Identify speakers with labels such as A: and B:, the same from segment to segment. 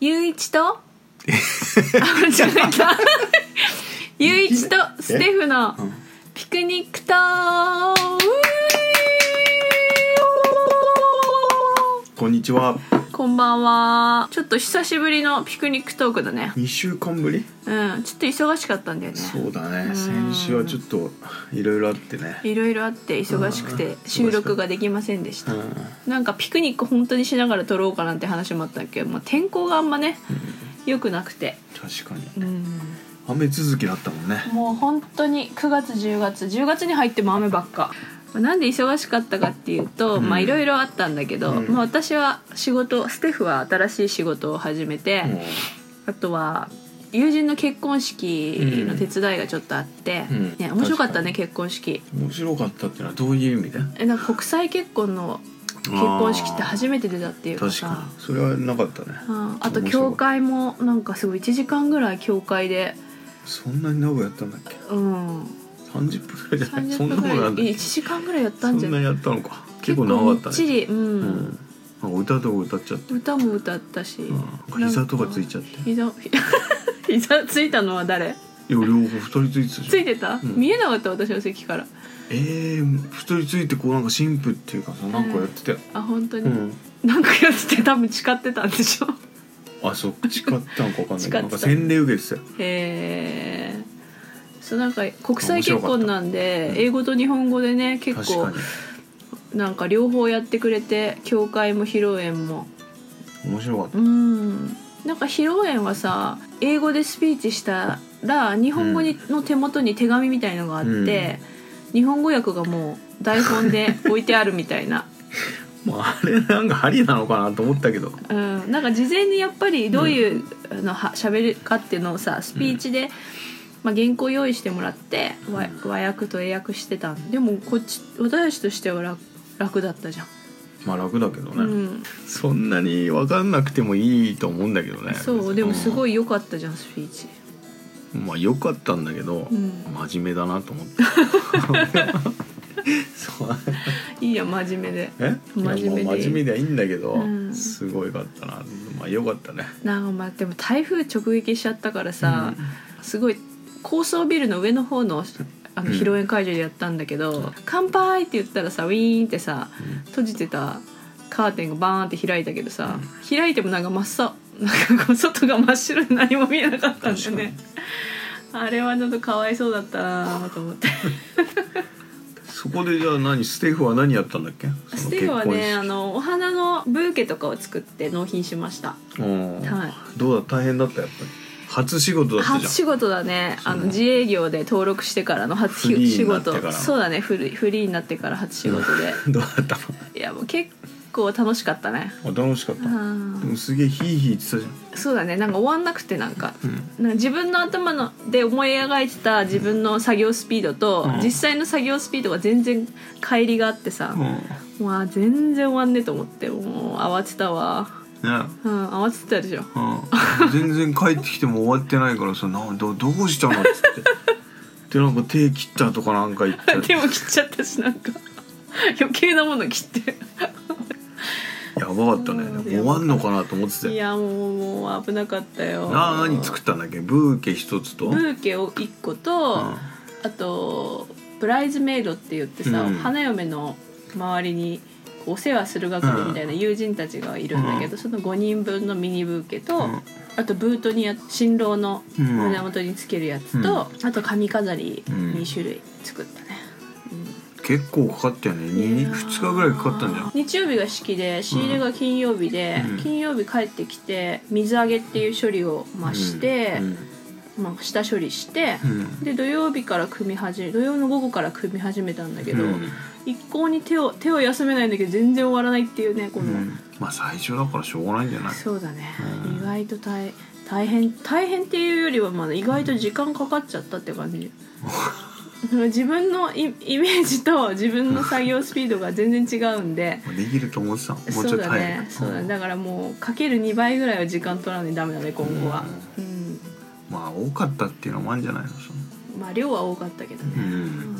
A: ゆういちとあ間違えたゆういちとステフの
B: うん
A: ピクニックとう
B: こんにちは
A: ーこんばんはちょっと久しぶりのピクニックトークだね
B: 2週間ぶり
A: うんちょっと忙しかったんだよね
B: そうだ
A: う
B: ね
A: ん
B: 先週はちょっといろいろあってね
A: いろいろあって忙しく
B: うん忙
A: て
B: しかった
A: 収録ができませんでし
B: う
A: た
B: ん
A: なんかピクニック本当にしながら撮ろうかなんて話もあったけど、まあ、天候があんまね良くなくて
B: 確かに
A: うん
B: 雨続きだったもんね
A: もう本当に9月10月10月に入っても雨ばっかなんで忙しかったかっていうと、
B: うん
A: まあいろいろあったんだけど、
B: うん
A: まあ、私は仕事ステフは新しい仕事を始めて、
B: も
A: あとは友人の結婚式の手伝いがちょっとあって、
B: うん
A: ね、面白かったね
B: 確
A: 結婚式
B: う面白かったっていうのはどういう意味で
A: えなんか国際結婚の
B: 結
A: 結婚式って初めて出たっていうか
B: 確
A: さ
B: かにそれはなかったね
A: うんあと教会もなんかすごい1時間ぐらい教会で
B: そんなに長くやったんだっけ
A: うん
B: 30分ぐらいじゃないそ
A: 30
B: んな
A: 分
B: も
A: ぐら
B: んないんだ
A: 1時間ぐらいやった
B: そ
A: んじゃ
B: ん
A: な
B: ないにやったのか結
A: 結
B: 構
A: 構
B: 長か
A: み
B: っ
A: ったち
B: ね
A: り、うん
B: うんなんか歌とか歌っちゃって
A: 歌も歌ったし、
B: うんなんか膝とかついちゃって
A: 膝 膝ついたのは誰
B: いや両方二人ついてたじゃん
A: ついてた、
B: うん
A: 見えなかった私の席から
B: えー、太りついてこうなんか神父っていうかさなんかやってたよ、
A: あ本当に、
B: うん
A: なんかやってて多分誓ってたんでしょ
B: あそっち買ったのかわかんない
A: 誓っ
B: けど
A: てた
B: なんか洗礼受けてたよ
A: へえそうなんか国際結婚なんで
B: 面白かった
A: 英語と日本語でね結
B: 確
A: 構
B: か
A: なんか両方やってくれて教会も披露宴も
B: に面白かった
A: うんなんか披露宴はさ英語でスピーチしたら日本語に、の手元に手紙みたいのがあって、日本語訳がもう台本で置いてあるみたいな、
B: まああれなんかありなのかなと思ったけど
A: うん、なんか事前にやっぱりどういうあのは喋るかっていうのをさスピーチで、まあ、原稿用意してもらって和
B: うん
A: 和訳と英訳してたんでもこっち私たちとしては楽楽だったじゃん、
B: まあ楽だけど
A: う
B: ね、
A: ん、
B: そんなに分かんなくてもいいと思うんだけどね
A: そうでもすご
B: い、
A: い良かったじゃんスピーチ、
B: うんまあ良かったんだけど、
A: うん、
B: 真面目だなと思って そう
A: いいや真面目で。
B: え
A: 真面目で
B: いやまあ真面目ではいいんだけど、
A: うん
B: すごいかったなまあ良かったね
A: なんかまあでも台風直撃しちゃったからさ、すごい高層ビルの上の方のあの
B: うん
A: 披露宴会場でやったんだけど「乾杯!」って言ったらさウィーンってさ閉じてたカーテンがバーンって開いたけどさ、開いてもなんか真っ青 なんかこう外が真っ白で何も見えなかったんだよね。あれはちょっとかわいそうだったなと思って
B: そこでじゃあ何ステフは何やったんだっけ
A: ステフは
B: その結
A: ねあのお花のブーケとかを作って納品しました
B: 婚式うん
A: はい
B: どうだ大変だったやっぱり初仕事だった
A: 初
B: じゃん
A: 仕事だね
B: そう
A: あの自営業で登録してからの初
B: フリー
A: 仕
B: になって
A: 事
B: から
A: そうだねフリーフリーになってから初仕事で
B: どうだった
A: いやもう結構楽しかったね
B: のあ楽しかっ
A: あ
B: たで
A: ー
B: もすげえヒーヒー言ってたじ
A: そうだねなんか終わんなくてなんか
B: ゃん、うん
A: なんか自分の頭ので思い描いてた自分の作業スピードと、
B: うん
A: 実際の作業スピードが全然乖離があってさ、もうあー全然終わんねえと思ってもう慌てたわ
B: ね
A: うん慌ててたでしょ
B: うん、全然帰ってきても終わってないからさ「などどうしたの?」っつってでなんか手切ったとかなんか言って
A: 手も切っちゃったしなんか余計なもの切って
B: やばかったねでも終わんのかなと思ってた
A: い
B: よ
A: やもうもう危なかったよ
B: な何作ったんだっけブーケ一つと、
A: ブーケを1個と、
B: うん
A: あとブライズメイドって言ってさ、
B: うん
A: 花嫁の周りにお世話する係みたいな友人たちがいるんだけど、その5人分のミニブーケと、
B: うん
A: あとブートにや新郎の
B: うん
A: 胸元につけるやつと、あと髪飾り
B: うん
A: 2種類作ったね。うん
B: 結構かかったよね 2, 日ぐらいかかったんじゃん
A: 日曜日が式で仕入れが金曜日で、
B: うん
A: 金曜日帰ってきて水揚げっていう処理をまあして、まあ、下処理して、
B: うんうん
A: で土曜日から組み始め土曜の午後から組み始めたんだけ
B: うん
A: ど、一向に手を手を休めないんだけど全然終わらないっていうねこ
B: う
A: の、
B: んまあ最初だからしょうがないんじゃない
A: そうだね、
B: うん
A: 意外と大大変大変っていうよりはまあ意外と時間かかっちゃったって感 じ自分のイイメージと自分の作業スピードが全然違うんで
B: できると思ってたもうちょっ
A: そ
B: と
A: うだ
B: 早
A: ね
B: く
A: そうだねだからもうかける2倍ぐらいは時間取らないとダメだね今後は、うん
B: まあ多かったっていうのもあるんじゃないのその
A: まあ量は多かったけどね、
B: う
A: うん
B: ん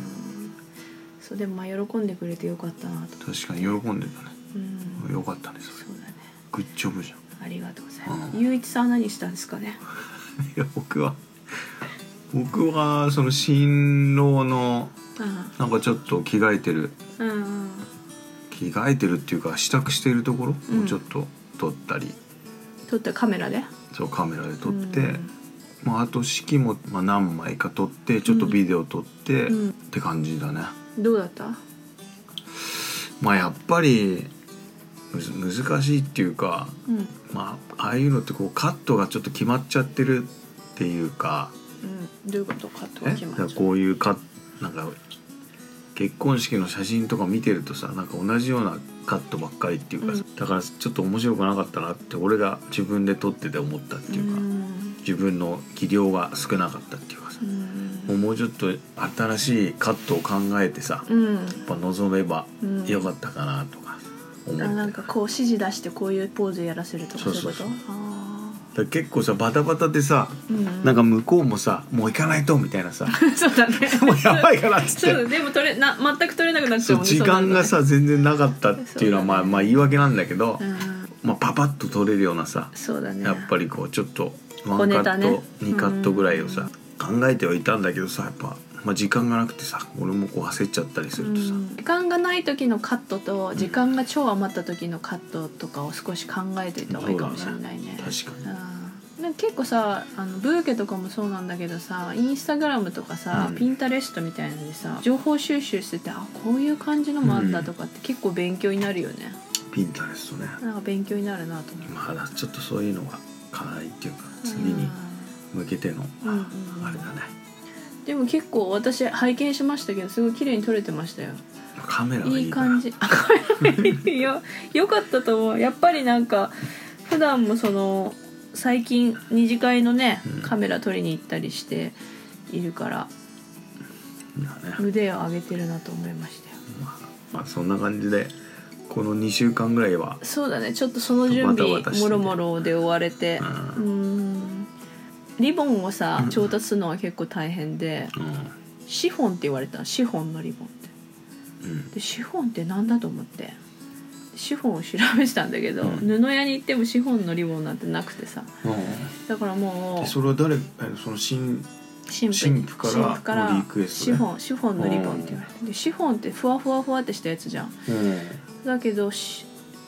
A: そうでもまあ喜んでくれてよかったなと、
B: 確かに喜んでたね
A: うん、
B: よかったねそれ
A: そうだね
B: グッジョブじゃん
A: ありがとうございます。ゆういちさんは何したんですかね。
B: いや僕は僕はその新郎の
A: う
B: なんかちょっと着替えてる
A: ん、うん、
B: 着替えてるっていうか支度してるところ
A: うん
B: をちょっと撮ったり、
A: 撮ったカメラで。
B: そうカメラで撮って、
A: うん
B: まあ、あと式もまあ何枚か撮ってちょっとビデオ撮って、
A: うん
B: って感じだね。
A: どうだった。
B: まあやっぱりむず難しいっていうか、
A: うん、うん、
B: まあ、ああいうのってこうカットがちょっと決まっちゃってるっていうか
A: どういうことかと
B: え
A: 決まっちゃ
B: だからこういうカなんか結婚式の写真とか見てるとさなんか同じようなカットばっかりっていうか、
A: うん
B: だからちょっと面白くなかったなって俺が自分で撮ってて思ったっていうか、
A: ん
B: 自分の技量が少なかったっていうかさ
A: う、ん
B: もうもうちょっと新しいカットを考えてさ、やっ
A: うん、
B: ぱ望めば
A: うん
B: よかったかなとか思って
A: あなんかこう指示出してこういうポーズやらせるとかそ
B: そう
A: い
B: う
A: う
B: そ
A: こ
B: う
A: と
B: そう
A: あ
B: だから結構さバタバタでさ
A: ーうん
B: なんか向こうもさ「もう行かないと」みたいなさ 「
A: そうだね
B: もうやばいから」っつ
A: そ
B: っ
A: う
B: て
A: だでも取れな全く取れなくなっちゃ
B: そうう
A: もんね
B: 時間が
A: そう
B: さ全然なかったっていうのはまあまあ言い訳なんだけど
A: な、るとね
B: まあ、パパッと撮れるようなさ
A: うんそうだね
B: やっぱりこうちょっと
A: 小
B: ワン
A: ネ
B: カ
A: タ
B: ッ
A: ね
B: ト、2カットぐらいをさ考えてはいたんだけどさやっぱ、まあ、時間がなくてさ俺もこう焦っちゃったりす
A: う
B: るとさ、
A: ん時間がない時のカットと時間が超余った時のカットとかを少し考えていた方がいいかもしれないね
B: 確かに。
A: うんなんか結構さあのブーケとかもそうなんだけどさインスタグラムとかさ、
B: うん
A: ピンタレストみたいなのでさ情報収集しててあこういう感じのもあったとかって結構勉強になるよね、
B: ピンタレストね
A: なんか勉強になるなと思う、
B: まあちょっとそういうのが課題っていうか次に向けての
A: うんうんうん
B: あれだね
A: うんでも結構私拝見しましたけどすごい綺麗に撮れてましたよ
B: カメラがいい
A: いい
B: から
A: 感じあこれいいよよかったと思うやっぱりなんか普段もその最近二次会のね
B: うん
A: カメラ撮りに行ったりしているから
B: だね
A: 腕を上げてるなと思いましたよ
B: まあ、まあそんな感じでこの2週間ぐらいは
A: そうだねちょっとその準
B: バタ
A: 備
B: バタして
A: も
B: ね
A: ろもろで追われてう
B: うん
A: リボンをさ
B: うん
A: 調達するのは結構大変で
B: うん、
A: シフォンって言われたのシフォンのリボンって
B: うん、
A: でシフォンって何だと思ってシフォンを調べしたんだけど、
B: うん
A: 布屋に行ってもシフォンのリボンなんてなくてさだからも
B: で
A: う
B: それは誰えその新
A: 新
B: 新婦からのリクエスト
A: シ
B: ね
A: フォンシフォンのリボンって言われてでシフォンってふわふわふわってしたやつじゃん
B: うん
A: だけどし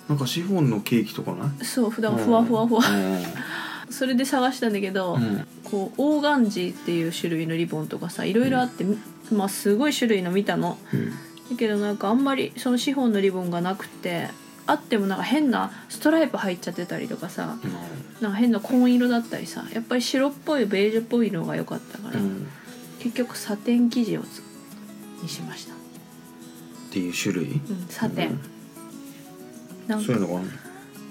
B: なんかシフォンのケーキとかない
A: そう普
B: う
A: 段
B: ん
A: ふわふわふわ、
B: う
A: それで探したんだけど、
B: んうん
A: こうオーガンジーっていう種類のリボンとかさいろいろあって、まあすごい種類の見たの
B: うん
A: だけどなんかあんまりそのシフォンのリボンがなくてあってもなんか変なストライプ入っちゃってたりとかさなんか変な紺色だったりさやっぱり白っぽいベージュっぽいのが良かったから、
B: うん
A: 結局サテン生地をつにしました、
B: っていう種類
A: うん、サテン、な
B: うんん
A: か
B: そういうのがある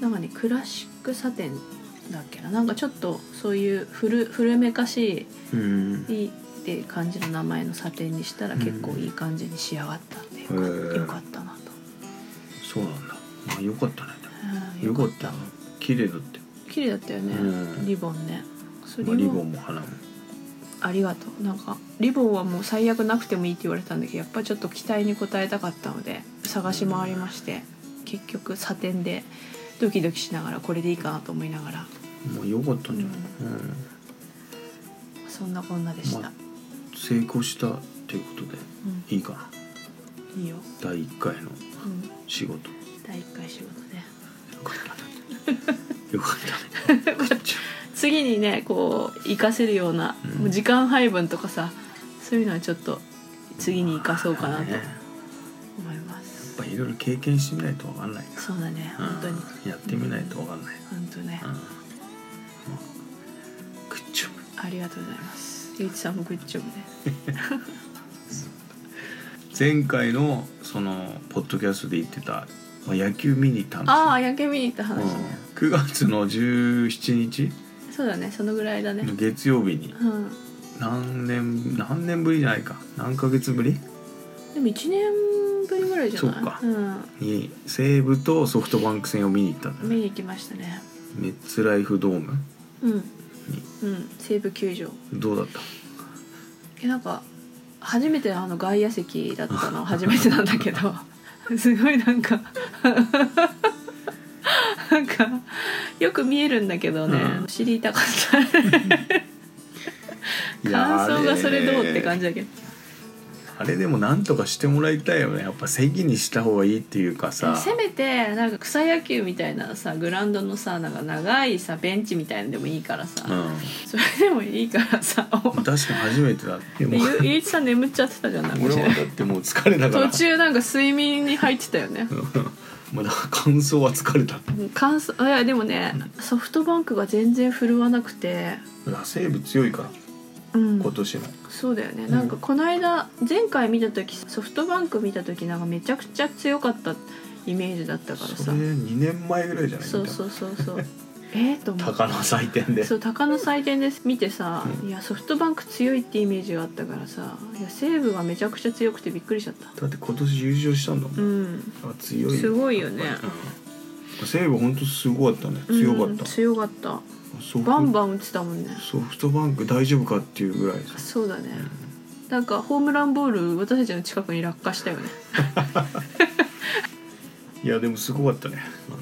A: なんかねクラシックサテンだっけななんかちょっとそういう古古めかし
B: うん
A: いいいって感じの名前のサテンにしたら
B: うん
A: 結構いい感じに仕上がったんでよか,、
B: へえ
A: よかったなと、
B: そうなんだまあよかったね
A: うん
B: よかった綺麗だって
A: 綺麗だったよね、
B: うん
A: リボンねそう
B: まあ
A: リ
B: リ
A: ボン
B: ボンも花も
A: ありがとうなんかリボンはもう最悪なくてもいいって言われたんだけどやっぱちょっと期待に応えたかったので探し回りまして結局サテンでドキドキしながらこれでいいかなと思いながら
B: まあよかったんじゃないうん
A: そんなこんなでした、
B: まあ成功したということでいいかな
A: うん、いいよ、
B: 第1回の
A: うん、
B: 仕 事
A: 第1回仕事ね
B: よかったね。よかったね。
A: 次にねこう活かせるような、
B: うん
A: もう時間配分とかさそういうのはちょっと 次に活かそうかなと
B: ねやっ
A: 思います、
B: ぱいろいろ経験してみないとわかんないか
A: そうだね
B: ら。
A: 本当に
B: うんやってみないとわかんない。うん。
A: 本当ね、
B: まあグッジョブ
A: ありがとうございますゆういちさんもグッジョブね
B: 前回のそのポッドキャストで言ってた、まあ、野球見に行ったんですよ
A: ああ焼け見に行った話ね、
B: うん、9月の17日
A: そうだねそのぐらいだね
B: の月曜日に
A: うん
B: 何年何年ぶりじゃないか何ヶ月ぶり
A: でも1年ぶりぐらいじゃない
B: そうか
A: ん、
B: に西武とソフトバンク戦を見に行ったんだよ
A: 見
B: ね
A: に行きましたね
B: メッツライフドーム
A: うんうん西武球場い
B: どうだった
A: やなんか初めてあの外野席だった の 初めてなんだけどすごいなんかなんかよく見えるんだけどね、
B: うん
A: 知りたかったね
B: いや
A: 感想がそれどうって感
B: じ
A: じだけど
B: あれでもなんとかしてもらいたいよねやっぱ正義にした方がいいっていうかさ
A: せめてなんか草野球みたいなさグラウンドのさなんか長いさベンチみたいのでもいいからさ、
B: う
A: それでもいいから さ
B: ん確かに初めてだってもう
A: ゆゆういちさん眠っちゃってたじゃんなんか
B: 俺はだってもう疲れたから
A: 途中なんか睡眠に入ってたよね
B: まだ感想は疲れた
A: 感想いやでもねソフトバンクが全然振るわなくて
B: あ西武強いから
A: うん
B: 今年も、
A: そうだよね
B: ん
A: なんかこの間前回見た時ソフトバンク見た時なんかめちゃくちゃ強かったイメージだったから
B: そ
A: さ
B: れ2年前ぐらいじゃない
A: そうそうそうそうえーと思って
B: 高の祭典で
A: そう鷹の祭典です見てさ、
B: う
A: いやソフトバンク強いってイメージがあったからさいや西武がめちゃくちゃ強くてびっくりしちゃった
B: だって今年優勝したんだもん、
A: うん
B: あ強い
A: すごいよね
B: やっぱりうん西武本当すごかったね強かっ
A: うん
B: た、
A: 強かった
B: ソフ
A: バンバン打ってたもんね
B: ソフトバンク大丈夫かっていうぐらいです
A: そうだねなんかホームランボール私たちの近くに落下したよね
B: いやでもすごかったねあの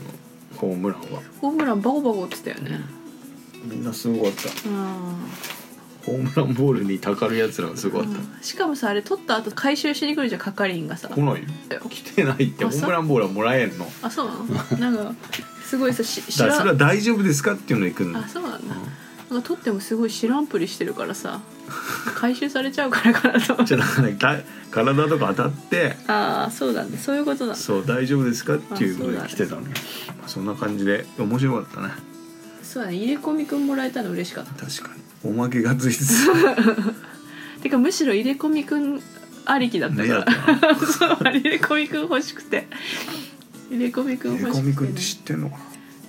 B: ホームランは
A: ホームランバコバコ打ってたよね
B: みんなすごかった
A: うん
B: ホームランボールにたかるやつらがすごかった、
A: うんしかもさあれ取った後回収しに来るじゃん係員がさ
B: 来ないよ来てないって
A: あ
B: ホ
A: そう
B: ームランボールはもらえんのだ
A: あそうなのなんかすごいさし知
B: から
A: ら
B: それは大丈夫ですかっていうの行くんだ
A: あそうなんだ、なんか取ってもすごい知らんぷりしてるからさ回収されちゃうからかなと思っ
B: じ
A: て
B: ゃあだからだ体とか当たって
A: ああそうだねそういうことなんだ
B: そう大丈夫ですかっていうので
A: あ
B: 来てたのよまあそんな感じで面白かったね
A: そうだね入れ込みくんもらえたの嬉しかった
B: 確かにおまけがついてた
A: てかむしろ入れ込みくんありきだった
B: ね
A: か
B: やっ
A: ら
B: たな
A: そう入れ込みくん欲しくて入れ込みくん
B: 入れ
A: 欲
B: 込
A: し
B: み
A: く
B: く
A: て、
B: んっ
A: ね
B: て、知ってんのか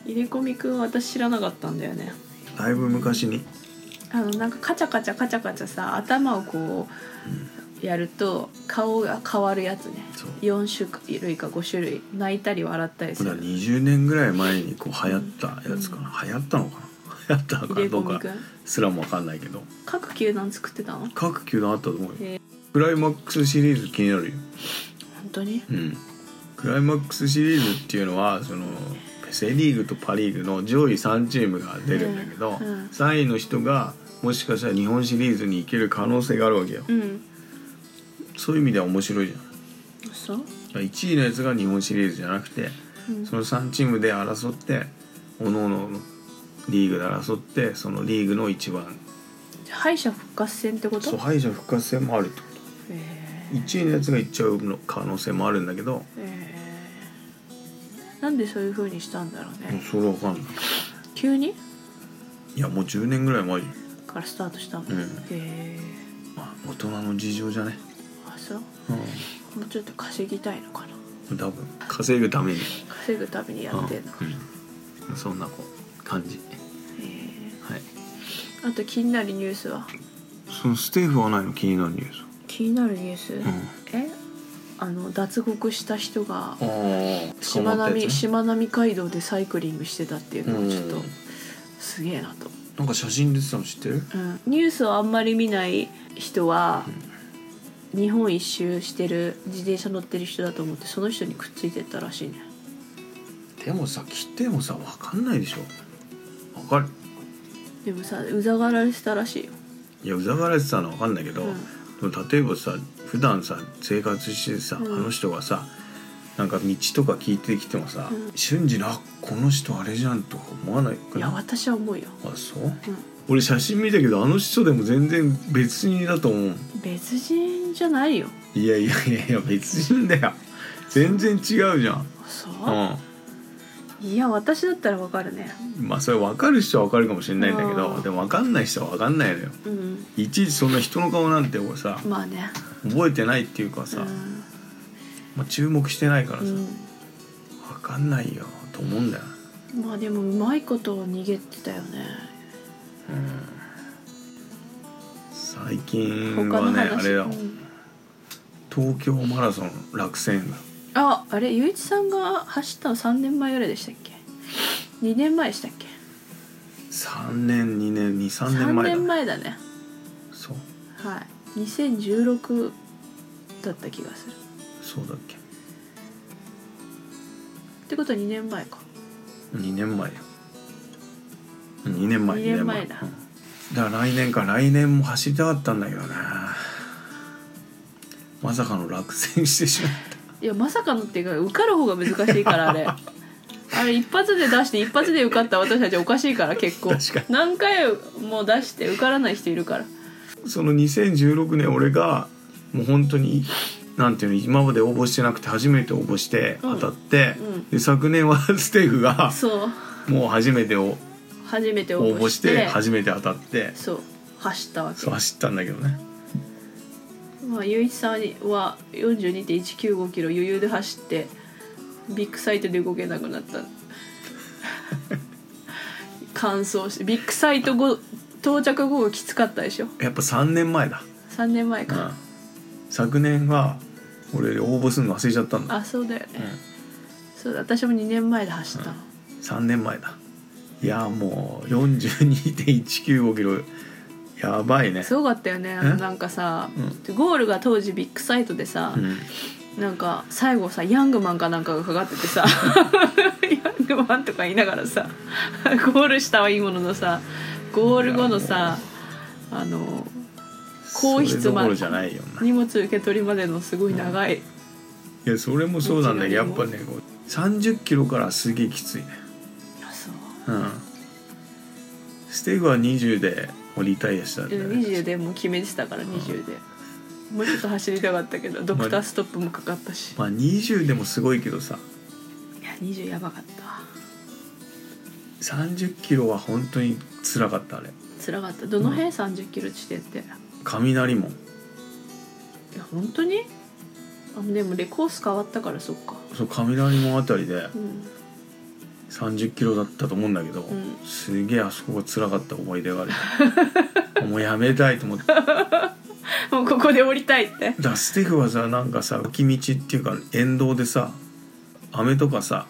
A: 入れ込みくんは私知らなかったんだよね
B: なだいぶ昔に
A: あのなんかカチャカチャカチャカチャさ頭をこうやると顔が変わるやつね
B: そう
A: 4種類か5種類泣いたり笑ったりす
B: まだ
A: る
B: 20年ぐらい前にこう流行ったやつかな 流行ったのかな流行ったの
A: 入
B: か
A: れ
B: どう
A: 込みく
B: か
A: ん
B: すらもわかんないけど
A: 各球団作ってたの本
B: 各球団あったと
A: へ
B: 思うよ
A: え
B: クライマックスシリーズ気になるよ
A: 当に
B: うんクライマックスシリーズっていうのはそのセ・リーグとパ・リーグの上位3チームが出るんだけど、
A: うんうん
B: 3位の人がもしかしたら日本シリーズに行ける可能性があるわけよ
A: うん
B: そういう意味では面白いじゃん
A: そう、
B: 1位のやつが日本シリーズじゃなくて
A: うん、
B: その3チームで争って各々のリーグで争ってそのリーグの一番
A: 敗者復活戦ってこと
B: そう敗者復活戦もあるってこと
A: へ
B: 1位のやつが行っちゃうの可能性もあるんだけど
A: えへえなんでそういう風にしたんだろう
B: もう
A: ね
B: それわかんない
A: 急に
B: いやもう10年ぐらい前よ
A: からスタートしたの、
B: うん
A: へえ
B: まあ大人の事情じゃね
A: あそう
B: う
A: もうちょっと稼ぎたいのかなん
B: 多分稼ぐために
A: 稼ぐためにやってんのかな、
B: うんそんなこう感じ
A: へ
B: はい
A: えあと気になるニュースは
B: そのステーフはないの気になるニュース
A: 気になるニュース、
B: う
A: えあの脱獄した人が
B: んああ
A: しまなみしまなみ海道でサイクリングしてたっていうのはちょっと、
B: うん
A: すげえなと、
B: なんか写真出てたの知ってる
A: うん、ニュースをあんまり見ない人は、日本一周してる自転車乗ってる人だと思ってその人にくっついてったらしいね
B: でもさ来てもさわかんないでしょわかる
A: でもさうざがられてたらしいよ、
B: いやうざがられてたのはわかんないけど、でも例えばさ普段さ生活してさ、
A: うん
B: あの人がさなんか道とか聞いてきてもさ、
A: うん
B: 瞬時に「あこの人あれじゃん」とか思わない
A: うん、
B: か
A: いや私は思うよ、
B: あそう
A: う、
B: 俺写真見たけどあの人でも全然別人だと思うん
A: 別人じゃないよ
B: いやいやいやいや別人だよ全然違うじゃん
A: そう、
B: う
A: いや私だったらわかるね
B: んまあそれ分かる人は分かるかもしれないんだけ
A: う
B: ど
A: ん
B: でも分かんない人は分かんないのよ
A: うん
B: いちいちそんな人の顔なんて俺さ
A: まあね
B: 覚えてないっていうかさ、
A: うん
B: まあ、注目してないからさ、
A: うん
B: 分かんないよと思うんだよ
A: まあでもうまいことを逃げてたよね
B: 最近
A: 他
B: は
A: の
B: ね
A: 話、
B: あれだ、
A: うん
B: 東京マラソン落選が
A: ああれゆういちさんが走ったの3年前ぐらいでしたっけ2年前でしたっけ
B: 3年2年23
A: 3
B: 年前だ
A: 年前だね
B: そう
A: はい2016だった気がするっ
B: そうだっけ
A: てことは2年前か
B: 2年前よ2年前
A: 二年前だ
B: うんだから来年か来年も走りたかったんだけどねまさかの落選してしまっ
A: いやまさかのっていうか受かる方が難しいからあ れあれ一発で出して一発で受かった私たちおかしいから結構
B: 確かに
A: 何回も出して受からない人いるから
B: たその2016年俺がもう本当になんていうの今まで応募してなくて初めて応募して
A: う
B: 当
A: ん
B: たって、
A: うん
B: で昨年は ステーフが
A: そう
B: もう初めてを
A: 初めて応
B: 応
A: 募
B: 募
A: し
B: してて初めて当たって
A: そう走ったわけ
B: そう走ったんだけどね
A: まあ雄一さんは42.195キロ余裕で走ってビッグサイトで動けなくなった 乾燥してビッグサイト後到着後がきつかったでしょ
B: やっぱ3年前だ、
A: 3年前
B: う
A: か
B: ん、昨年は俺応募するの忘れちゃったんだ、
A: あそうだよね、
B: うん
A: そうだ私も2年前で走ったの、
B: 3年前だいやーもう42.195キロやばいね
A: すごかったよねあのなんかさ、ゴールが当時ビッグサイトでさ、
B: うん、
A: なんか最後さヤングマンかなんかがかかっててさ ヤングマンとか言いながらさゴールしたはいいもののさゴール後のさあの高
B: それ
A: 筆
B: どこ
A: まで
B: ろじゃないよな
A: 荷物受け取りまでのすごい長い、
B: いやそれもそうなんだけどやっぱねこう30キロからすげえきついね
A: あそう
B: うんステーフは20でもうリタイアしたんだよね
A: 20でもう決めてたから20で、もうちょっと走りたかったけどドクターストップもかかったし、
B: まあ20でもすごいけどさ
A: いや20やばかった
B: 30キロは本当につらかったあれ
A: 辛かったどの辺3 0キロ地点って、
B: 雷も
A: いや本当にあでもレコース変わったからそっか
B: そう雷もあたりで
A: うん
B: 30キロだったと思うんだけど、
A: ん
B: すげえあそこが辛かった思い出がある もうやめたいと思ってだか
A: もうここで降りたいって
B: らステフはさなんかさ浮き道っていうか沿道でさ飴とかさ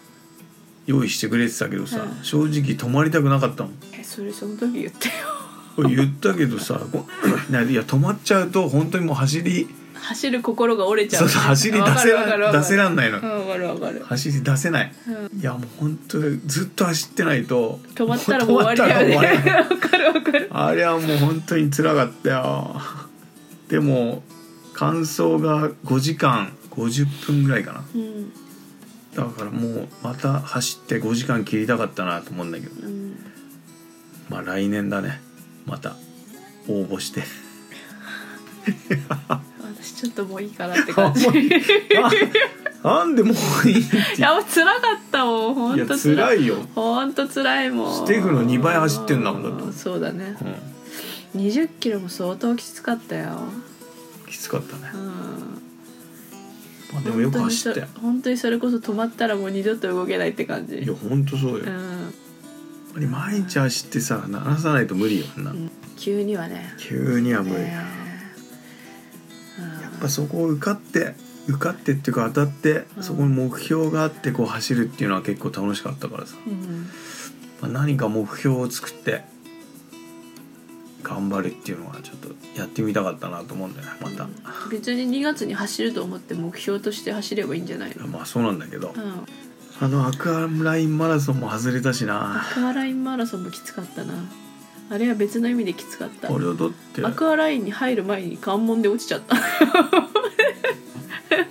B: 用意してくれてたけどさ、
A: うん
B: 正直泊まりたくなかったもん
A: えそれその時言ってよ
B: これ言ったけどさこ いや泊まっちゃうと本当にもう走り
A: 走る心が折れちゃう
B: そうそう走り出せ
A: わかるわ
B: ら
A: かる
B: 出せらんないの、
A: うんわかるわかる
B: 走り出せない、
A: う
B: いやもう本当にずっと走ってないと
A: 止まったらもう終わりだよね
B: 止まったら終わり
A: わかるわかる
B: あれはもう本当につらかったよでも乾燥が5時間50分ぐらいかな
A: うん
B: だからもうまた走って5時間切りたかったなと思うんだけど
A: うん
B: まあ来年だねまた応 募して
A: 私ちょっともういいかなって感じ
B: あもうい
A: い
B: あなんでもういいって
A: やもう辛かったもん
B: い
A: 本
B: や
A: 当
B: つら
A: 辛い
B: いよ、
A: 本当辛いもん
B: ステフの2倍走ってんだもんだって
A: うそうだね
B: うん、
A: 20キロも相当きつかったよ
B: きつかったね
A: う、ん
B: まあ、でもよく走った
A: 本当に
B: よ
A: そ本当にそれこそ止まったらもう二度と動けないって感じ
B: いや本当そうよ、
A: う
B: やっ
A: ん、
B: ぱり毎日走ってさ鳴らさないと無理よあんな、
A: うん急にはね
B: 急には無理、
A: ねえうん
B: やっぱそこを受かって受かってっていうか当たって、
A: うん
B: そこに目標があってこう走るっていうのは結構楽しかったからさ、
A: うん
B: まあ、何か目標を作って頑張るっていうのはちょっとやってみたかったなと思うんだよねまた、
A: 別に2月に走ると思って目標として走ればいいんじゃないの、
B: まあそうなんだけど、
A: うん、
B: あのアクアラインマラソンも外れたし
A: ア
B: な
A: クアラインマラソンもきつかったなあれは別の意味できつかった
B: 俺を取って
A: アクアラインに入る前に関門で落ちちゃった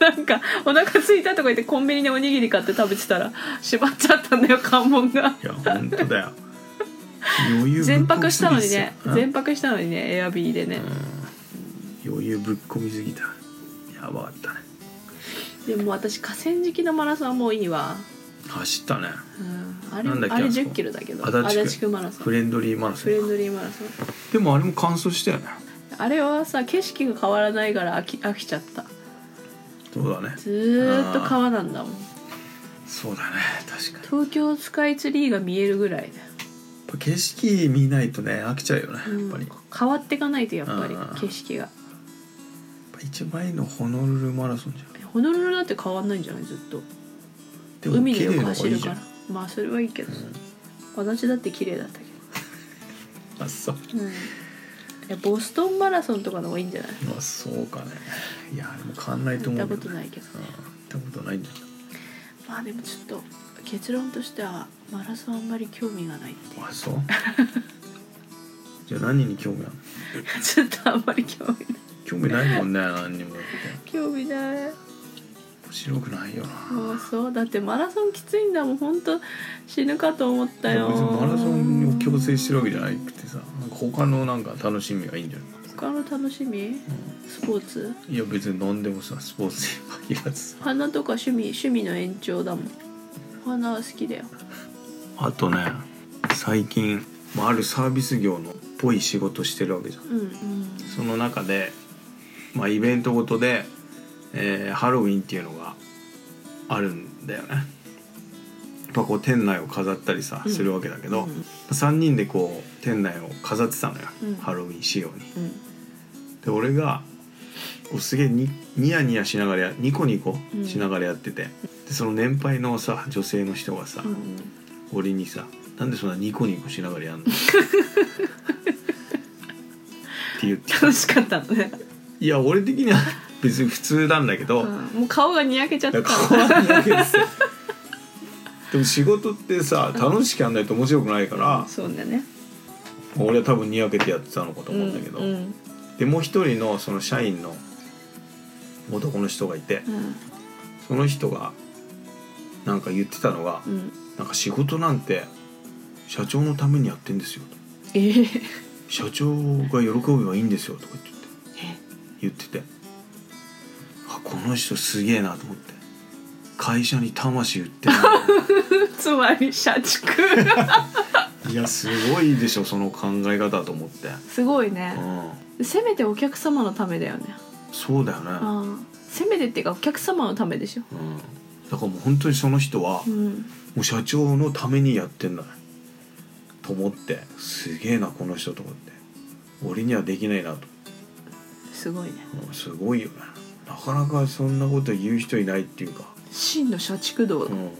A: なんかお腹空いたとか言ってコンビニでおにぎり買って食べてたら縛っちゃったんだよ関門が
B: いや本当だよ余裕ぶっ
A: 全
B: 込
A: 泊
B: み
A: し
B: すぎ
A: たのに
B: ですよ
A: ね全泊したのにねエアビーでね、
B: うん余裕ぶっ込みすぎたやばかったね
A: でも私河川敷のマラソンはもういいわ、
B: 走ったね
A: うん、あれ
B: なんだっけ
A: あれ
B: あそ
A: 1
B: こ
A: 0キロだけど
B: 足立区
A: 足立区マラソン
B: フレンドリーマラソ
A: フ
B: ン
A: レンドリーマラソン
B: でもあれも乾燥したよね
A: あれはさ景色が変わらないから飽き飽きちゃった
B: そうだね
A: ずーっと川なんだもん
B: そうだね確かにやっ
A: 東京スカイツリーが見えるぐらいだよ
B: ぱ景色見ないとね飽きちゃうよねやっぱり、
A: うん
B: やっ
A: 変わっていかないとやっぱり
B: うん
A: 景色が
B: ぱ一番いいのホノルルマラソンじゃん
A: ホノルルだって変わんないんじゃないずっと
B: でも
A: 海
B: 綺
A: でよ
B: 麗
A: く
B: のが
A: 走
B: いい
A: る
B: じ
A: か
B: ゃ
A: ら
B: ん
A: まあそれはいいけどさ、私だって綺麗だったけ
B: あそう
A: ど、うん、いやボストンマラソンとかの方がいいんじゃない
B: まあそうかねいやでも変わんないと
A: 行っ
B: 思
A: た
B: うけ
A: こと
B: どね
A: ないけど
B: うん行ったことないんだけど
A: まあでもちょっと結論としてはマラソンあんまり興味がないっていう
B: あ そうじゃあ何に興味あるの
A: ちょっとあんまり興味ない
B: 興味ないもんね何にも
A: 興味ない
B: 面白くないよな
A: もうそうだってマラソンきついんだもん本当死ぬかと思ったよ
B: 別にマラソンを強制してるわけじゃなくてさなんか他のなんか楽しみがいいんじゃない
A: 他の楽しみスポーツ
B: いや別に何でもさスポーツに限らずさ
A: 花とか趣味趣味の延長だもん花は好きだよ
B: あとね最近、まあ、あるサービス業のっぽい仕事してるわけじゃん
A: うん、うん、
B: その中で、まあ、イベントごとで、えーハロウィンっていうのがあるんだよねやっぱこう店内を飾ったりさ
A: うん
B: するわけだけど、
A: うん
B: 3人でこう店内を飾ってたのよ、
A: うん
B: ハロウィン仕様に
A: うん
B: で俺がこうすげえにニヤニヤしながらやニコニコしながらやってて、でその年配のさ女性の人がさ、
A: うん
B: 俺にさ「なんでそんなニコニコしなが らやんの? 」って言って
A: 楽しかったのね、
B: いや俺的には別に普通なんだけど、
A: うん、もう顔がにやけちゃった
B: だから変わらないわけですよでも仕事ってさ楽しくやんないと面白くないから、
A: そうだね
B: 俺は多分にやけてやってたのかと思うんだけど、
A: うんうん
B: でもう一人のその社員の男の人がいて、
A: うん
B: その人がなんか言ってたのが、
A: うん、
B: なんか仕事なんて社長のためにやってんですよと
A: えー、
B: 社長が喜べばいいんですよとか言って言っててあこの人すげえなと思って会社に魂売って る
A: つまり社 畜
B: いやすごいでしょその考え方と思って、
A: すごいうね
B: ん、
A: せめてお客様のためだよね
B: そうだよね、
A: あーせめてっていうかお客様のためでしょ
B: うん、だからもう本当にその人は、
A: う
B: も
A: ん
B: う社長のためにやってんだねと思ってすげえなこの人と思って俺にはできないなと
A: すごいね
B: もうすごいよねなかなかそんなこと言う人いないっていうか、
A: 真の社畜道
B: う
A: だ、
B: ん、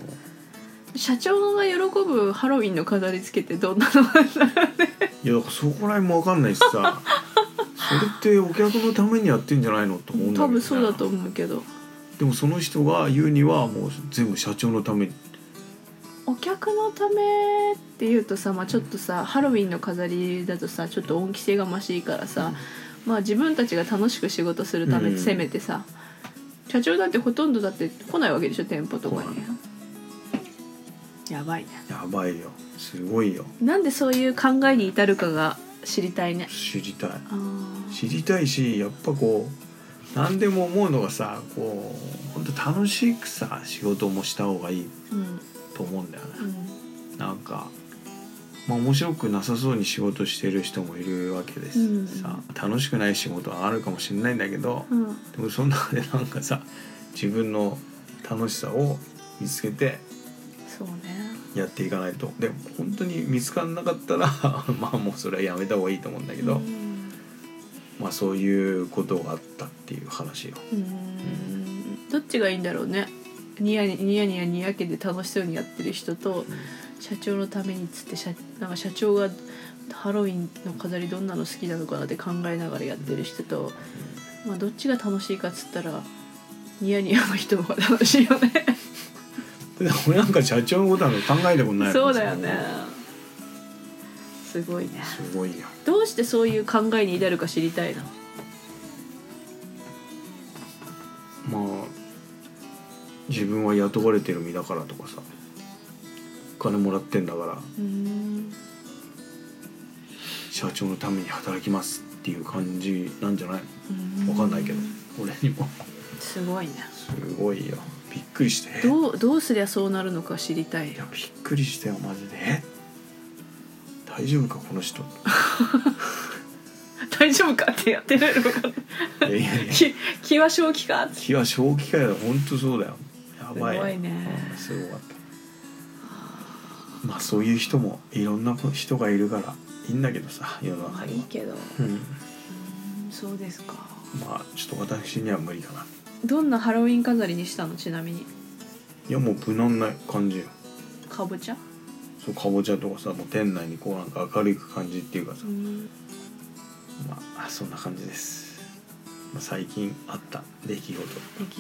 A: 社長が喜ぶハロウィンの飾り付けってどんなのなんだろうね
B: いやだからそこら辺も分かんない しさそれってお客のためにやってんじゃないのと思うんだけど、ね、
A: 多分そうだと思うけど
B: でもその人が言うにはもう全部社長のために
A: お客のためっていうとさ、まあ、ちょっとさハロウィンの飾りだとさちょっと恩着せがましいからさ、まあ自分たちが楽しく仕事するため
B: う
A: に
B: ん
A: せめてさ、社長だってほとんどだって来ないわけでしょ店舗とか
B: 来
A: にやばいね
B: やばいよすごいよ
A: なんでそういう考えに至るかが知りたいね
B: 知りたい
A: あー
B: 知りたいしやっぱこう何でも思うのがさこう本当楽しくさ仕事もした方がいい
A: うん
B: と思うんだよね
A: う、ん
B: なんか、まあ、面白くなさそうに仕事してる人もいるわけです、
A: うん
B: さ楽しくない仕事はあるかもしれないんだけど、
A: うん
B: でもその中でなんかさ自分の楽しさを見つけて
A: そうね
B: やっていかないとで本当に見つからなかったら まあもうそれはやめた方がいいと思うんだけど、
A: うん
B: まあそういうことがあったっていう話よ。
A: うーんどっちがいいんだろうねニヤニニヤニヤニヤけで楽しそうにやってる人と社長のためにっつって社なんか社長がハロウィンの飾りどんなの好きなのかなって考えながらやってる人と、まあ、どっちが楽しいかっつったらニヤニヤの人の方が楽しいよね
B: で俺なんか社長のことなんか考えたことない
A: そうだよねすごいね
B: すごいよ。
A: どうしてそういう考えに至るか知りたいな
B: まあ自分は雇われてる身だからとかさお金もらってんだから
A: うーん
B: 社長のために働きますっていう感じなんじゃないう
A: ー
B: わかんないけど俺にも
A: すごいね
B: すごいよびっくりしてい
A: どうどうすりゃそうなるのか知りたいよ
B: やびっくりしたよマジでえ大丈夫かこの人い
A: 大丈夫かってやってる のかな
B: やいや いや
A: 気気は正気かって
B: 気は正気かよ本当そうだよやばい
A: すごいね
B: うんすごかったまあそういう人もいろんな人がいるからいいんだけどさ世の
A: ま
B: 中
A: あ
B: に
A: いい
B: は、
A: けど
B: うん
A: そうですか
B: まあちょっと私には無理かな
A: どんなハロウィン飾りにしたのちなみに
B: いやもう無難な感じよ
A: かぼちゃ
B: そうかぼちゃとかさもう店内にこうなんか明るく感じっていうかさ、
A: ん
B: まああそんな感じです、まあ、最近あった出来事
A: 出来事
B: うん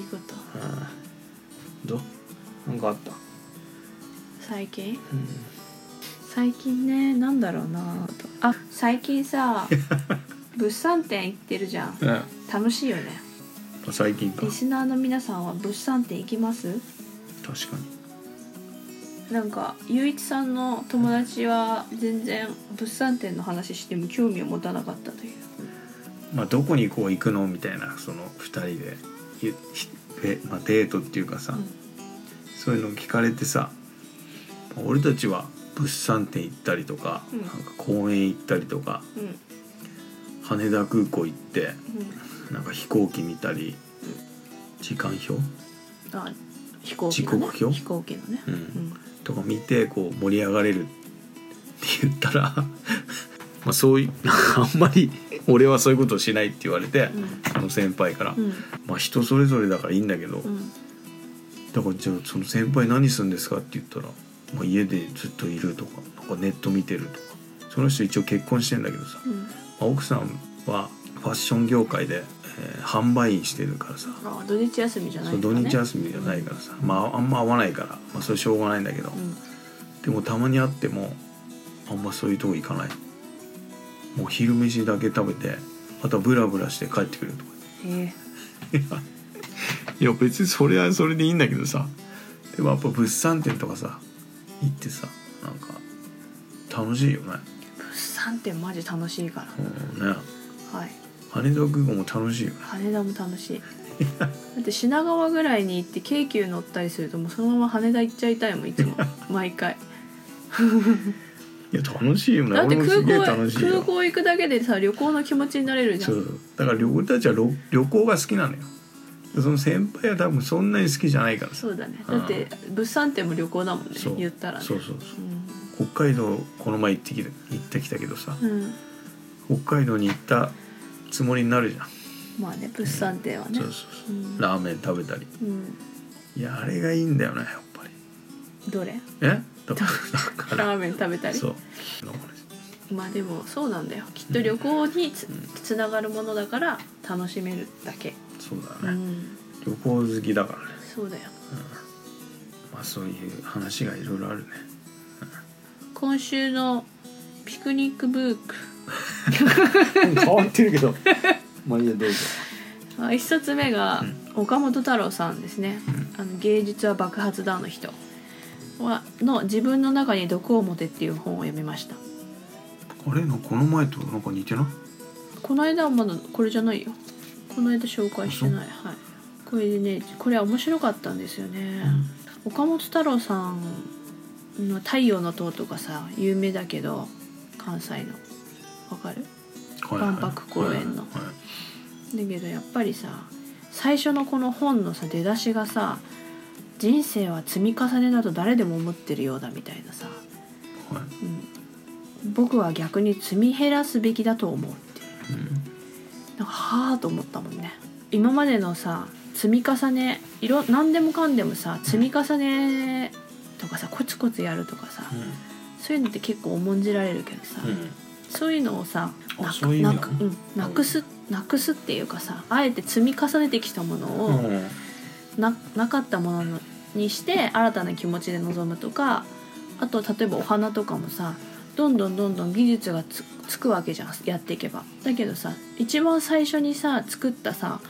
B: どうなんかあった
A: 最近
B: うん
A: 最近ねなんだろうなとあ最近 さ物産展行ってるじゃん
B: あ
A: 楽しいよね
B: 最近か
A: リスナーの皆さんは物産展行きます
B: 確かに
A: なんかゆういちさんの友達は全然物産展の話しても興味を持たなかったという
B: まあどこにこう行くのみたいなその2人でゆひえまあ、デートっていうかさ、そういうのを聞かれてさまあ俺たちは物産展行ったりとか,、
A: うん
B: なんか公園行ったりとか
A: うんうん
B: 羽田空港行って
A: うん
B: なんか飛行機見たり時間表、
A: あ飛行機のね
B: 時刻表
A: 飛行機のね
B: うん
A: うん
B: とか見てこう盛り上がれるって言ったら まあそう いうあんまり俺はそういうことをしないって言われて、その先輩から、
A: うん
B: まあ人それぞれだからいいんだけど、
A: うん
B: だからじゃあその先輩何するんですかって言ったら、まあ、家でずっといるとかなんかネット見てるとかその人一応結婚してんだけどさ、
A: うん
B: まあ奥さんはファッション業界で、えー販売員してるからさ、
A: あ土日休みじゃない
B: そう土日休みじゃないからさ、まああんま合わないから、まあ、それしょうがないんだけど、
A: みうん
B: でもたまに会ってもあんまそういうとこ行かないもう昼飯だけ食べてまたブラブラして帰ってくるとか
A: へ
B: いや別にそれはそれでいいんだけどさでもやっぱ物産展とかさ行ってさなんか楽しいよね
A: え物産展マジ楽しいか
B: うん
A: ら
B: ね
A: はい
B: 羽田空港も楽しいよね
A: 羽田も楽し いだって品川ぐらいに行って京急乗ったりするともうそのまま羽田行っちゃいたいもんい つも毎回
B: いや楽しいよね
A: だって
B: 俺も
A: 空
B: すげえ
A: 港
B: 楽しい
A: 空
B: よ
A: 港行くだけでさ旅行の気持ちになれるじゃ
B: そ
A: ん
B: うそうだから旅行たちは旅旅行が好きなのよその先輩は多分そんなに好きじゃないからさ
A: そうだねだって物産展も旅行だもんね
B: そう
A: 言ったらね
B: そうそうそう
A: うん
B: 北海道この前行ってきた行ってきたけどさ
A: うん、
B: 北海道に行ったつもりになるじゃん、
A: まあね物産展はね、
B: そうそうそううんラーメン食べたり
A: うん、
B: いやあれがいいんだよねやっぱり
A: どれ
B: えだからだから
A: ラーメン食べたり
B: そう
A: まあでもそうなんだよきっと旅行につ,、つながるものだから楽しめるだけ、
B: そう
A: う
B: だね、
A: ん、
B: 旅行好きだからね、
A: そうだよ
B: うん、まあそういう話がいろいろあるね
A: 今週のピクニックブーク
B: 変わってるけどまあいいやどうぞ
A: あ一冊目が岡本太郎さんですね、あの芸術は爆発だの人はの自分の中に毒を持てっていう本を読みました
B: あれのこの前となんか似てない
A: この間はまだこれじゃないよこの間紹介してないはいこれでねこれは面白かったんですよね、岡本太郎さんの「太陽の塔」とかさ有名だけど関西のわかる
B: はいはい
A: 万博公園の
B: はいはい
A: だけどやっぱりさ最初のこの本のさ出だしがさ「人生は積み重ねだと誰でも思ってるようだ」みたいなさ
B: はい
A: 「うん、僕は逆に積み減らすべきだと思う」っていう
B: うん
A: なんかはあと思ったもんね今までのさ積み重ねいろ何でもかんでもさ積み重ねとかさコツコツやるとかさそういうのって結構重んじられるけどさ、
B: うんうん
A: そういうのをさ
B: あ
A: なく
B: そういう意
A: な
B: 味な
A: く
B: の
A: うんなくすなくすっていうかさあえて積み重ねてきたものを、
B: うん
A: ななかったものにして新たな気持ちで臨むとかあと例えばお花とかもさどんどんどんどん技術がつつくわけじゃんやっていけば。だけどさ一番最初にさ作ったさ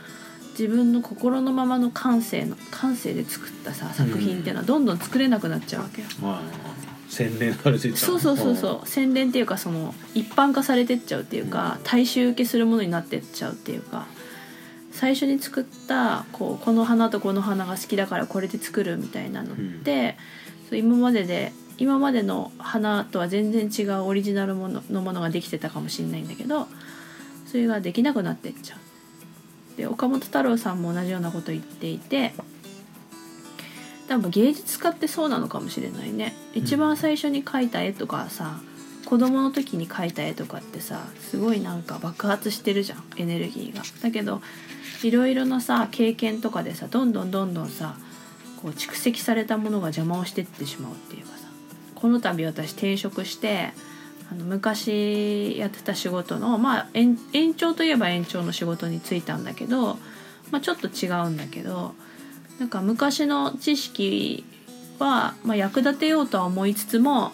A: 自分の心のままの感性の感性で作ったさ作品っていうのはどんどん作れなくなっちゃうわけよ。
B: まあ洗練されてた
A: そうそうそうそう宣伝っていうかその一般化されてっちゃうっていうか大衆受けするものになってっちゃうっていうか最初に作ったこうこの花とこの花が好きだからこれで作るみたいなのって、そう今までで今までの花とは全然違うオリジナルもののものができてたかもしれないんだけどそれができなくなってっちゃう。で岡本太郎さんも同じようなこと言っていて多分芸術家ってそうなのかもしれないね一番最初に描いた絵とかさ子供の時に描いた絵とかってさすごいなんか爆発してるじゃんエネルギーが。だけどいろいろなさ経験とかでさどんどんどんどんさこう蓄積されたものが邪魔をしてってしまうっていうかさこの度私転職してあの昔やってた仕事のまあ延延長といえば延長の仕事に就いたんだけど、まあ、ちょっと違うんだけどなんか昔の知識は、まあ、役立てようとは思いつつも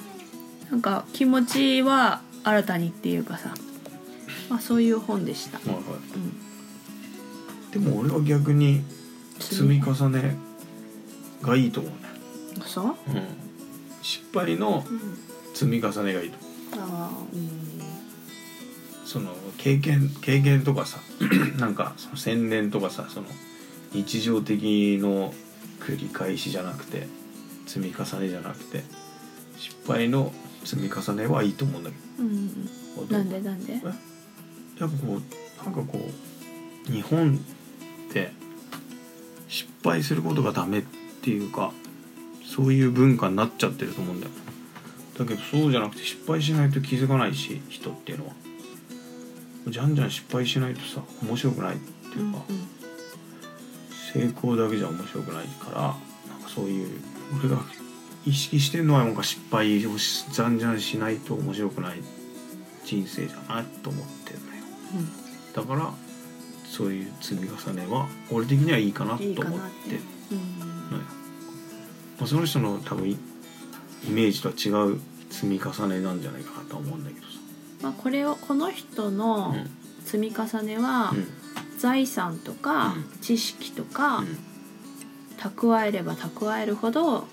A: なんか気持ちは新たにっていうかさ、まあ、そういう本でした。
B: まあは
A: うん、
B: いでも俺は逆に積み重ねがいいと思うね、
A: そう、
B: うん、失敗の
A: うん、
B: 積み重ねがいいと思
A: ああうん
B: うその経験経験とかさ なんかその宣伝とかさその日常的の繰り返しじゃなくて積み重ねじゃなくて失敗の積み重ねはいいと思うんだけ
A: うん、
B: ど
A: なんでなんで
B: えやっぱこうなんかこう日本って失敗することがダメっていうかそういう文化になっちゃってると思うんだよだけどそうじゃなくて失敗しないと気づかないし人っていうのはじゃんじゃん失敗しないとさ面白くないっていうか、成功だけじゃ面白くないからなんかそういう俺が意識してるのはなんか失敗をしじゃんじゃんしないと面白くない人生じゃないと思ってるのよだからそういう積み重ねは俺的にはいいかなと
A: いい
B: 思って
A: か
B: るの
A: な
B: よ
A: ってうん
B: まあ、その人の多分イメージとは違う積み重ねなんじゃないかなとは思うんだけどさ
A: まあ、これをこの人
B: うん
A: の積み重ねは
B: うん
A: 財産とか
B: うん
A: 知識とか
B: うん
A: 蓄えれば蓄えるほど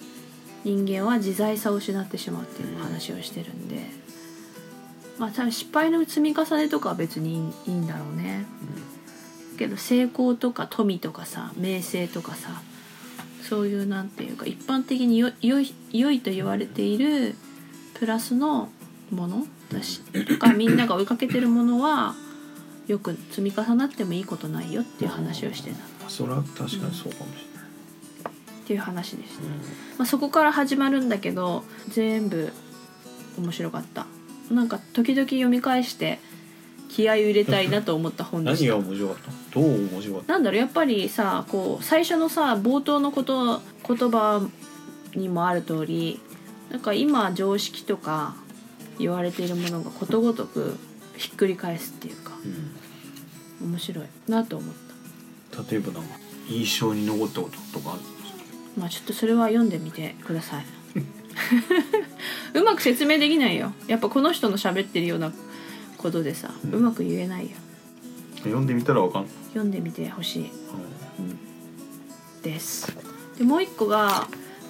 A: 人間は自在さを失ってしまうっていう話をしてるんでまあ多分失敗の積み重ねとかは別にいいいいんだろうねけど成功とか富とかさ名声とかさそういうなんていうか一般的によよい良いと言われているプラスのものだしとかみんなが追いかけてるものはよく積み重なってもいいことないよっていう話をしてたっ
B: まあそれは確かにそうかもしれない、
A: ていう話でした、
B: うん
A: まあ、そこから始まるんだけど全部面白かったなんか時々読み返して気合を入れたいなと思った本でした
B: 何が面白かったのどう面白かった
A: なんだろうやっぱりさこう最初のさ冒頭のこと言葉にもある通りなんか今常識とか言われているものがことごとくひっくり返すっていうか
B: の、
A: 面白いなと思った
B: うん、例えばなんか印象に残ったこととかあるんですか
A: まあちょっとそれは読んでみてください うまく説明できないよやっぱこの人の喋ってるようなことでさ、
B: う
A: うんまく言えないよ
B: 読んでみたらわかんない、
A: 読んでみてほしい
B: うん
A: です。でもう一個が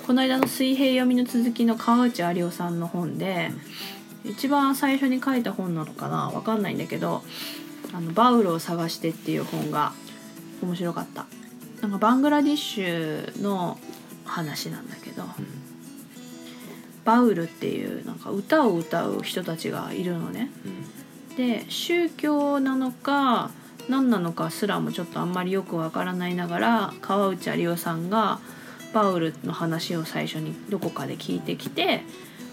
A: この間の水平読みの続きの川内有夫さんの本で一番最初に書いた本なのかなわかんないんだけど「あのバウルを探して」っていう本が面白かった。なんかバングラディッシュの話なんだけどバウルっていうなんか歌を歌う人たちがいるのね。で宗教なのか何なのかすらもちょっとあんまりよくわからないながら川内有夫さんがバウルの話を最初にどこかで聞いてきて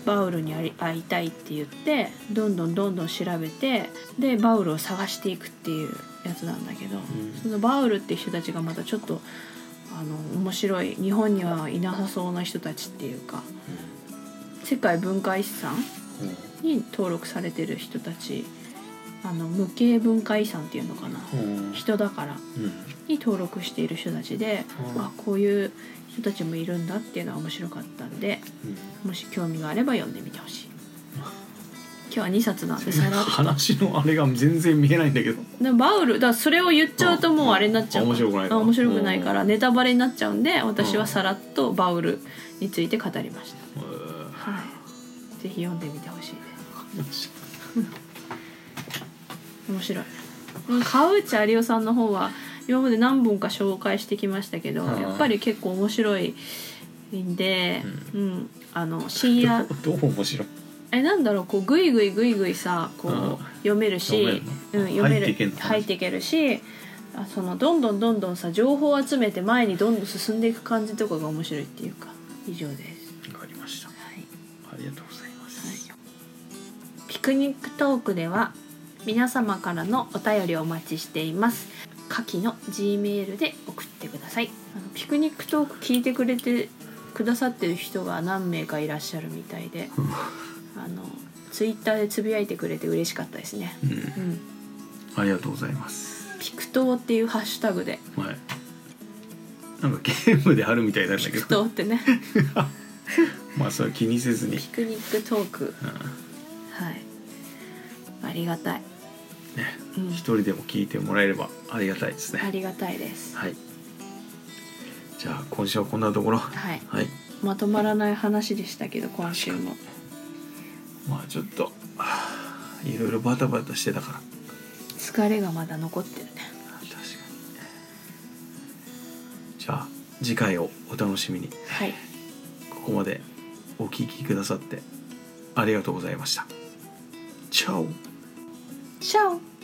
A: バウルに会いたいって言ってどんどんどんどん調べてでバウルを探していくっていうやつなんだけど、
B: ん
A: そのバウルって人たちがまたちょっとあの面白い日本にはいなさそうな人たちっていうか世界文化遺産
B: うんうん
A: に登録されてる人たちあの無形文化遺産っていうのかな
B: うん
A: 人だからに登録している人たちで、
B: うん
A: あこういう人たちもいるんだっていうのは面白かったんでもし興味があれば読んでみてほしい今日は2冊なんでさらっと
B: 話のあれが全然見えないんだけど
A: でもバウルだからそれを言っちゃうともうあれになっちゃう
B: うん面白くない
A: あ面白くないから
B: う
A: ネタバレになっちゃうんで私はさらっとバウルについて語りました、はい、ぜひ読んでみてほしいです面白い川内有夫さんの方は今まで何本か紹介してきましたけど
B: うん
A: やっぱり結構面白いんで、うんあの深夜
B: どう面白い
A: えなんだろうこうぐいぐいぐいぐいさこう
B: うん
A: 読めるし、
B: 読めるの
A: うん、読める
B: 入っていけんの
A: 入っていけるしあそのどんどんどんどんさ情報を集めて前にどんどん進んでいく感じとかが面白いっていうか以上です、
B: わかりました
A: はい
B: ありがとうございます
A: ピクニックトークでは皆様からのお便りをお待ちしています。下記の G メールで送ってください。あのピクニックトーク聞いてくれてくださってる人が何名かいらっしゃるみたいで、あのツイッターでつぶやいてくれて嬉しかったですね。
B: うん
A: うん、
B: ありがとうございます
A: ピクトーっていうハッシュタグで
B: はいなんかゲームであるみたいなんだ
A: ピ
B: け
A: ク
B: ど
A: トーってね。
B: まあそれは気にせずに
A: ピ、クニックトーク
B: う
A: はいありがたい、
B: んね、
A: うん
B: 一、人でも聞いてもらえればありがたいです
A: あ
B: ね。
A: りがたいです
B: はい。じゃあ今週はこんなところ。は
A: はい
B: い。
A: まとまらない話でしたけど今週も
B: まあちょっとはあいろいろバタバタしてたから。
A: 疲れがまだ残ってるね
B: 確かに。じゃあ次回をお楽しみに。
A: はい
B: ここまでお聞きくださってありがとうございました。チャオ。
A: チャオ